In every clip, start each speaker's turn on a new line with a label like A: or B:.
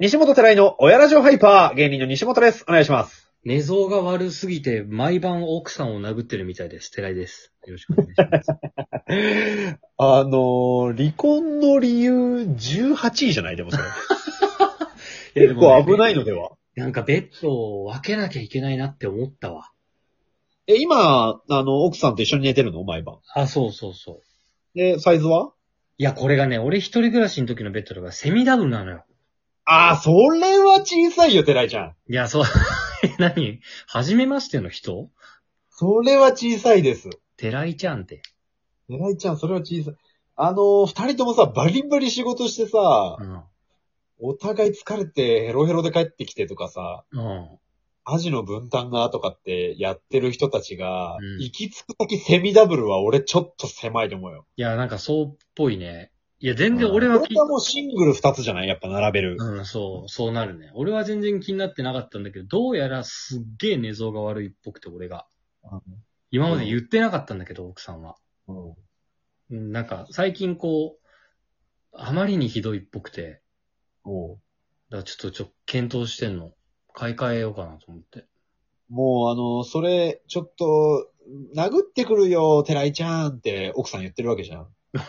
A: 西本寺井の親ラジオハイパー、芸人の西本です。お願いします。
B: 寝相が悪すぎて、毎晩奥さんを殴ってるみたいです。寺井です。よろしくお願いします。
A: あのー、離婚の理由18位じゃないでもそれ。
B: いや
A: 結
B: でもね
A: 構危 ないのでは
B: なんかベッドを分けなきゃいけないなって思ったわ。
A: え、今、あの、奥さんと一緒に寝てるの毎晩。
B: あ、そうそうそう。
A: で、サイズはい
B: や、これがね、俺一人暮らしの時のベッドとかセミダブルなのよ。
A: あー、それは小さいよ、寺井ちゃん。
B: いや、そう、 何初めましての人
A: それは小さいです。
B: 寺井ちゃんって。
A: 寺井ちゃん、それは小さい。あのー、二人ともさ、バリバリ仕事してさ
B: う、ん。
A: お互い疲れてヘロヘロで帰ってきてとかさ、
B: うん。
A: アジの分担がとかってやってる人たちが、
B: うん
A: 行き着く先セミダブルは俺ちょっと狭いと思うよ。
B: いや、なんかそうっぽいね。いや、全然俺は
A: こ
B: き
A: れはもうシングル二つじゃないやっぱ並べる。
B: うん、そう、そうなるね。俺は全然気になってなかったんだけど、どうやらすっげえ寝相が悪いっぽくて、俺が
A: うん。
B: 今まで言ってなかったんだけど、奥さんは。
A: うん
B: うんなんか、最近こう、あまりにひどいっぽくて、
A: も
B: だからちょっとちょ、検討してんの。買い替えようかなと思って。
A: う、もうあの、それ、ちょっと、殴ってくるよ、寺井ちゃんって奥さん言ってるわけじゃん。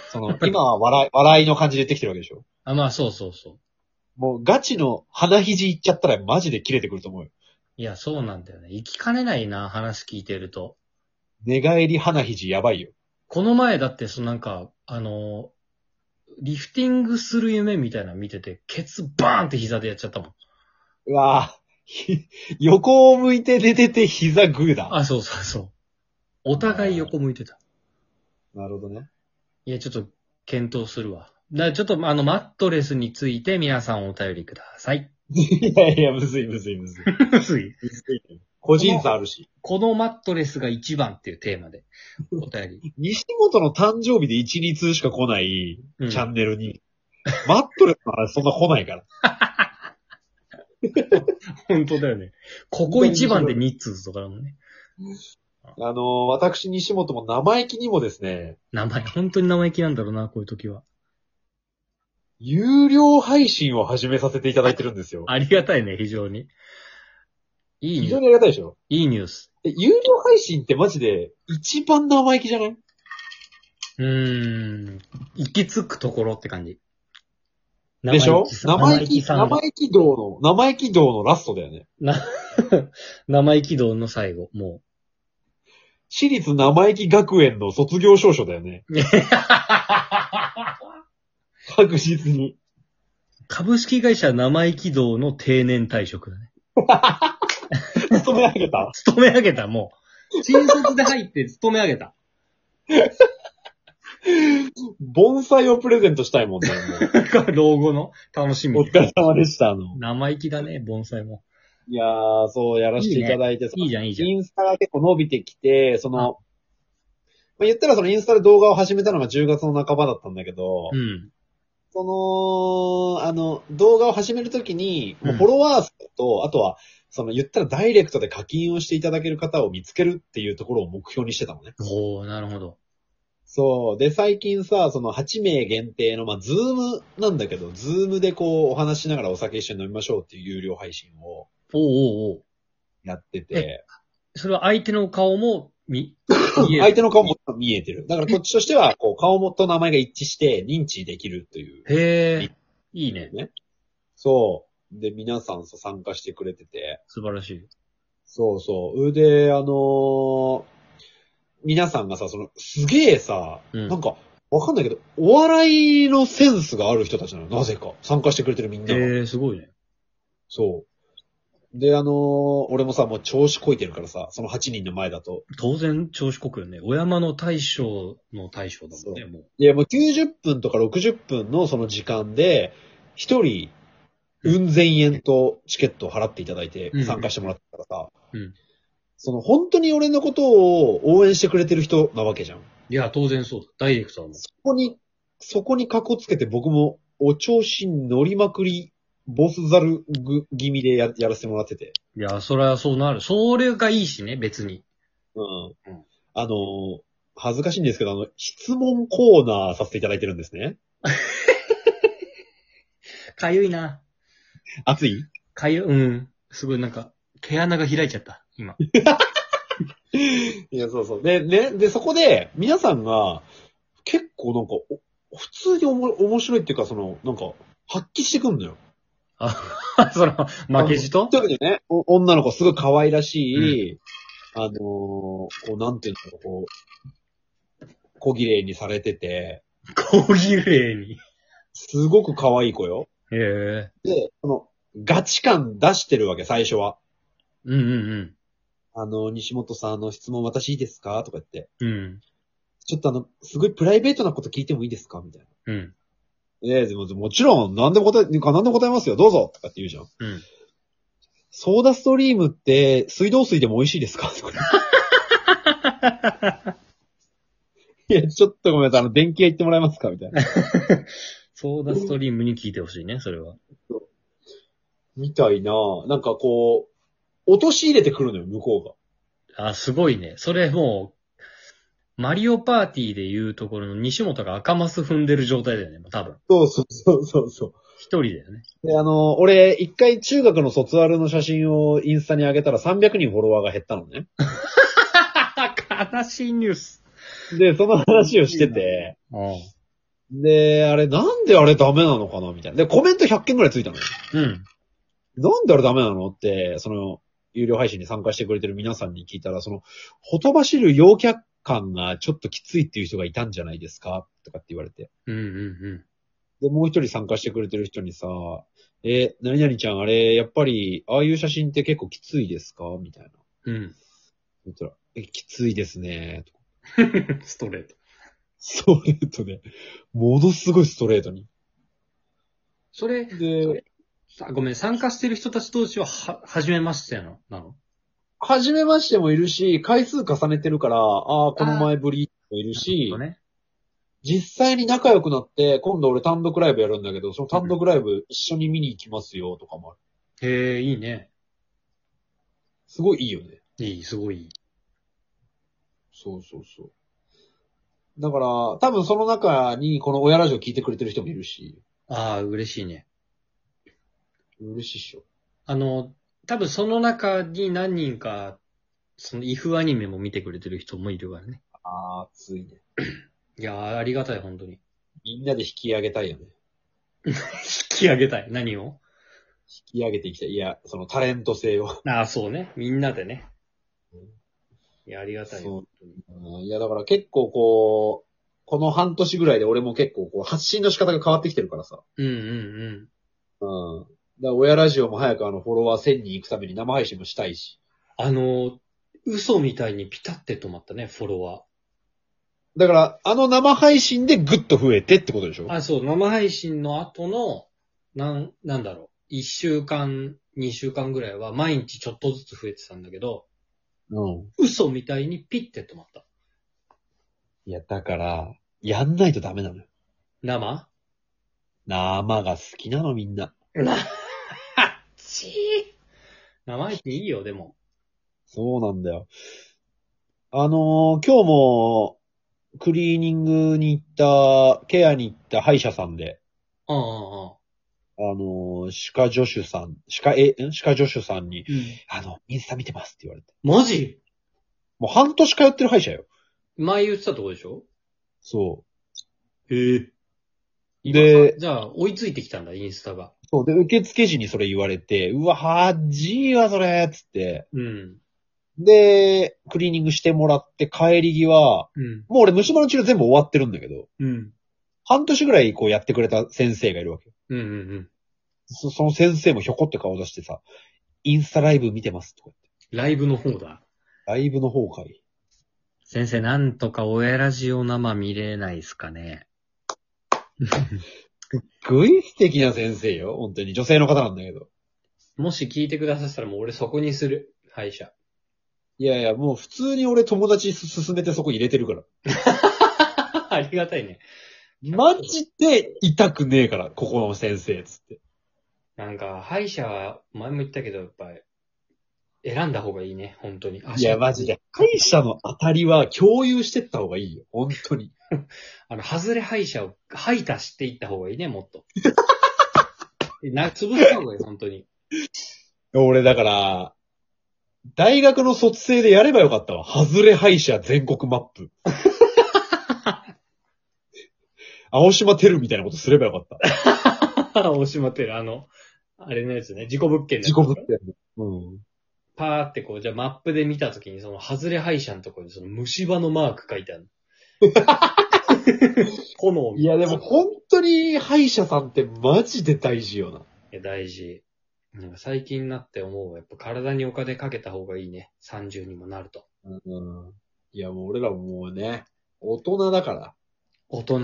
A: そ の、今は笑い、笑いの感じで言ってきてるわけでしょ。
B: あ、まあ、そうそうそう。
A: もうガチの鼻肘いっちゃったらマジで切れてくると思うよ。
B: いや、そうなんだよね。行きかねないな、話聞いてると。
A: 寝返り鼻肘やばいよ。
B: この前だって、そのなんか、あの、リフティングする夢みたいなの見てて、ケツバーンって膝でやっちゃったもん。
A: うわぁ、ひ横を向いて寝てて膝グーだ。
B: あ、そうそうそう。お互い横向いてた。
A: なるほどね。
B: いや、ちょっと検討するわ。だからちょっと、あの、マットレスについて皆さんお便りください。
A: いやいや、むずいむずいむずい。むずい個人差あるし。
B: このマットレスが一番っていうテーマで、お便り。
A: 西本の誕生日で1、2通しか来ない
B: うん
A: チャンネルに、マットレスの話そんな来ないから。
B: 本当だよね。ここ一番で3つとかだもんね。
A: あのー、私西本も生意気にもですね、
B: 名前、本当に生意気なんだろうな、こういう時は。
A: 有料配信を始めさせていただいてるんですよ。
B: ありがたいね、非常に。いい
A: 非
B: ニュ
A: 常
B: ース。
A: にありがたいでしょ
B: いいニュース。
A: え有料配信ってマジで一番生意気じゃないう
B: ーん。行き着くところって感じ。
A: でしょ生
B: 生
A: 意
B: 意
A: 気、
B: 気さん
A: 生意気道の、生意気道のラストだよね。
B: な、 生意気道の最後、も
A: 私立生意気学園の卒業証書だよね。
B: う。
A: 確実に。
B: 株式会社生意気道の定年退職だね。
A: 勤め上げた。
B: 勤め上げた、もう。新卒で入って勤め上げた。
A: 盆栽をプレゼントしたいもんね。
B: 老後の楽し
A: もうお
B: み
A: 疲。れ様でした、あの。
B: 生意気だね、盆栽も。
A: いやー、そうやらせていただいてさ
B: いいじゃん、いいじゃん。
A: インスタが結構伸びてきて、そ
B: あ
A: の、まあ、言ったらそのインスタで動画を始めたのが10月の半ばだったんだけど、
B: うん。
A: その、あの、動画を始めるときに、もううんフォロワー数と、あとは、その言ったらダイレクトで課金をしていただける方を見つけるっていうところを目標にしてたのね。
B: おー、なるほど。
A: そう。で、最近さ、その8名限定の、まあ、ズームなんだけど、ズームでこう、お話しながらお酒一緒に飲みましょうっていう有料配信を
B: おーおーおー
A: やってて、
B: それは相手の顔も 見、見える
A: 相手の顔も見えてる。だからこっちとしては、こう、顔もと名前が一致して認知できるという。
B: へー。いいね。
A: そう。で、皆さんそう参加してくれてて、
B: 素晴らしい。
A: そうそう。で、あのー皆さんがさ、その、すげえさ、
B: うん
A: なんか、わかんないけど、お笑いのセンスがある人たちなの、なぜか。参加してくれてるみんなが。
B: へー、すごいね。
A: そう。で、あのー俺もさ、もう調子こいてるからさ、その8人の前だと。
B: 当然、調子こくよね。お山の大将の大将だもんね、もう。
A: いや、もう90分とか60分のその時間で、一人、うん千円とチケットを払っていただいて
B: うん
A: 参加してもらったからさ、
B: うん
A: その本当に俺のことを応援してくれてる人なわけじゃん。
B: いや、当然そうだ。ダイレクトだもん。
A: そこに、そこにかこつけて僕もお調子に乗りまくり、ボスザルぐ気味でややらせてもらってて。
B: いや、それはそうなる。それがいいしね、別に。
A: うん。
B: うん
A: あのー、恥ずかしいんですけど、あの、質問コーナーさせていただいてるんですね。
B: かゆいな。
A: 熱い
B: かゆ、うん。すごいなんか、毛穴が開いちゃった、今。
A: いや、そうそう。で、ね、で、そこで、皆さんが、結構なんか、お普通におも面白いっていうか、その、なんか、発揮してくんのよ。
B: あ、 その、負けじと
A: 特にね、お女の子すごい可愛らしい、あのーこう、なんていうんだろう、こう、小綺麗にされてて、
B: 小綺麗に。
A: すごく可愛い子よ。
B: へえ。
A: で、その、ガチ感出してるわけ、最初は。
B: うんうん
A: あの、西本さん、あの、質問私いいですかとか言って。
B: うん。うん。
A: ちょっとあの、すごいプライベートなこと聞いてもいいですかみたいな。
B: うん。
A: ええでも、もちろん、何でも答え、何でも答えますよ、どうぞとかって言うじゃん。
B: うん。
A: ソーダストリームって、水道水でも美味しいですか とか。いや、ちょっとごめんなさい、あの、電気屋行ってもらえますかみたいな。
B: ソーダストリームに聞いてほしいね、それは。
A: みたいな、なんかこう、落とし入れてくるのよ、向こうが。
B: あ、すごいね。それもう、マリオパーティーで言うところの西本が赤マス踏んでる状態だよね、もう多分。
A: そうそうそうそうそ
B: 一人だよね。
A: う。で、あの、俺、一回中学の卒アルの写真をインスタに上げたら300人フォロワーが減ったのね。
B: 悲しいニュース。
A: で、その話をしてて、
B: うん。
A: で、あれ、なんであれダメなのかなみたいな。で、コメント100件くらいついたのよ。
B: うん。
A: なんであれダメなのって、その、有料配信に参加してくれてる皆さんに聞いたら、その、ほとばしる陽キャ感がちょっときついっていう人がいたんじゃないですかとかって言われて。
B: うんうん
A: で、もう一人参加してくれてる人にさ、え、何々ちゃん、あれ、やっぱり、ああいう写真って結構きついですかみたいな。
B: うん。
A: 言ったら、え、きついですね。とか
B: うん。 ストレート。
A: ストレートで、ものすごいストレートに。
B: それ、
A: で、
B: さごめん、参加してる人たち同士は、は、はじめましてなのなの
A: はじめましてもいるし、回数重ねてるから、ああ、この前ぶりもいるし、
B: なるほどね。
A: 実際に仲良くなって、今度俺単独ライブやるんだけど、その単独ライブ一緒に見に行きますよとかもある。
B: へえ、いいね。
A: すごいいいよね。
B: いい、すごいいい。
A: そうそうそう。だから、多分その中にこの親ラジオ聞いてくれてる人もいるし、
B: ああ、嬉しいね。
A: 嬉しいっしょ。
B: あの、多分その中に何人か、その、イフアニメも見てくれてる人もいるからね。
A: あー、ついね。
B: いやー、ありがたい、本当に。
A: みんなで引き上げたいよね。
B: 引き上げたい。何を
A: 引き上げていきたい。いや、そのタレント性を。
B: ああ、そうね。みんなでね。いや、ありがたい。
A: そううんいや、だから結構こう、この半年ぐらいで俺も結構こう発信の仕方が変わってきてるからさ。
B: うんうん
A: うん。だから親ラジオも早くあのフォロワー1000人行くために生配信もしたいし。
B: うん。あの、嘘みたいにピタって止まったね、フォロワー。
A: だから、あの生配信でぐっと増えてってことでしょ
B: あ、そう、生配信の後の、なん、なんだろう、一週間、二週間ぐらいは毎日ちょっとずつ増えてたんだけど、
A: うん。
B: 嘘みたいにピッて止まった。
A: いや、だから、やんないとダメなのよ。
B: 生
A: 生が好きなのみんな。
B: な、ちー生配信いいよ、でも。
A: そうなんだよ。あのー今日も、クリーニングに行った、ケアに行った歯医者さんで、
B: うんうん
A: あのー歯科助手さん、歯科、え、ん歯科助手さんに、
B: うん。
A: あの、インスタ見てますって言われて。
B: マジ
A: もう半年通ってる歯医者よ。
B: 前言ってたとこでしょ
A: そ
B: へえ。
A: で
B: で、じゃあ、追いついてきたんだ、インスタが。
A: う。そう。で、受付時にそれ言われて、うわ、恥じいわ、それ、つって。
B: うん。
A: で、クリーニングしてもらって帰り際、
B: うん。
A: もう俺虫歯の治療全部終わってるんだけど、
B: うん。
A: 半年ぐらいこうやってくれた先生がいるわけよ。
B: うんうんうん。
A: そその先生もひょこって顔出してさ、インスタライブ見てますとか言っ
B: ライブの方だ。
A: て。ライブの方かい。
B: 先生、なんとか親ラジオ生見れないですかね。
A: グイ素敵な先生よ、本当に。女性の方なんだけど。
B: もし聞いてくださったらもう俺そこにする。歯医者。
A: いやいや、もう普通に俺友達す勧めてそこ入れてるから。
B: ありがたいね。
A: マジで痛くねえから、ここの先生、つって。
B: なんか、歯医者は前も言ったけど、やっぱり、選んだ方がいいね、本当に。
A: いや、マジで。歯医者の当たりは共有してった方がいいよ、本当に。
B: あの、外れ歯医者を、歯医者していった方がいいね、もっと。な、潰した方がいい、本当に。
A: 俺、だから、大学の卒生でやればよかったわ。ハズレ敗者全国マッ プ。青島テルみたいなことすればよかった。
B: 大島テル、あの、あれのやつね、事故物件のやつ
A: 自己物件の。うん。
B: パーってこう、じゃあマップで見たときに、その、外れ敗者のところに、その、虫歯の マーク書 いてある。炎
A: いや、でも本当に歯医者さんってマジで大事よな。
B: いや大事。なんか最近になって思うわ。やっぱ体にお金かけた方がいいね。30にもなると。
A: うん。いや、もう俺らももうね、大人だから。
B: 大人。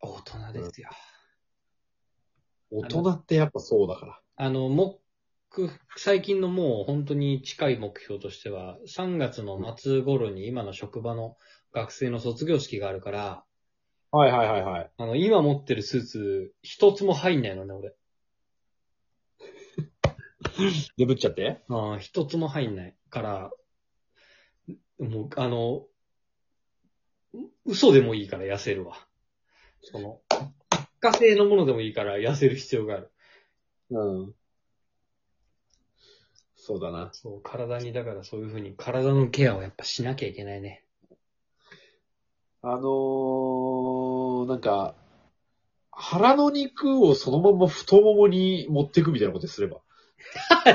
B: 大人ですよ。
A: 大人ってやっぱそうだから。
B: あの、もく、最近のもう本当に近い目標としては、3月の末頃に今の職場の学生の卒業式があるから、
A: はいはいはいはい。
B: あの、今持ってるスーツ、一つも入んないのね、俺。
A: でぶっちゃって
B: ああ、一つも入んないから、もう、あの、う嘘でもいいから痩せるわ。その、一過性のものでもいいから痩せる必要がある。
A: うん。そうだな。
B: そう、体に、だからそういうふうに体のケアをやっぱしなきゃいけないね。
A: あのー、なんか、腹の肉をそのまま太ももに持っていくみたいなことすれば。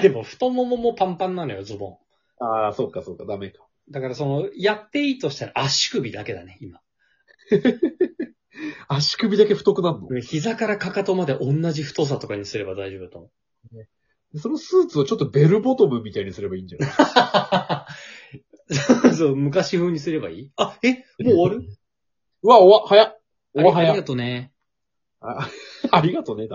B: でも太もももパンパンなのよ、ズボ
A: ああ、そうかそうか、ダメか。
B: ン。だからその、やっていいとしたら足首だけだね、今。
A: 足首だけ太くなるの、
B: 膝からかかとまで同じ太さとかにすれば大丈夫だと思う。
A: そのスーツをちょっとベルボトムみたいにすればいいんじゃない
B: そう そう、昔風にすればいいあ、え、もう終わる
A: うわ、おわ、早っ。おわ、
B: ありあり
A: 早
B: が
A: っ。
B: とうね。
A: あありがとうねだ。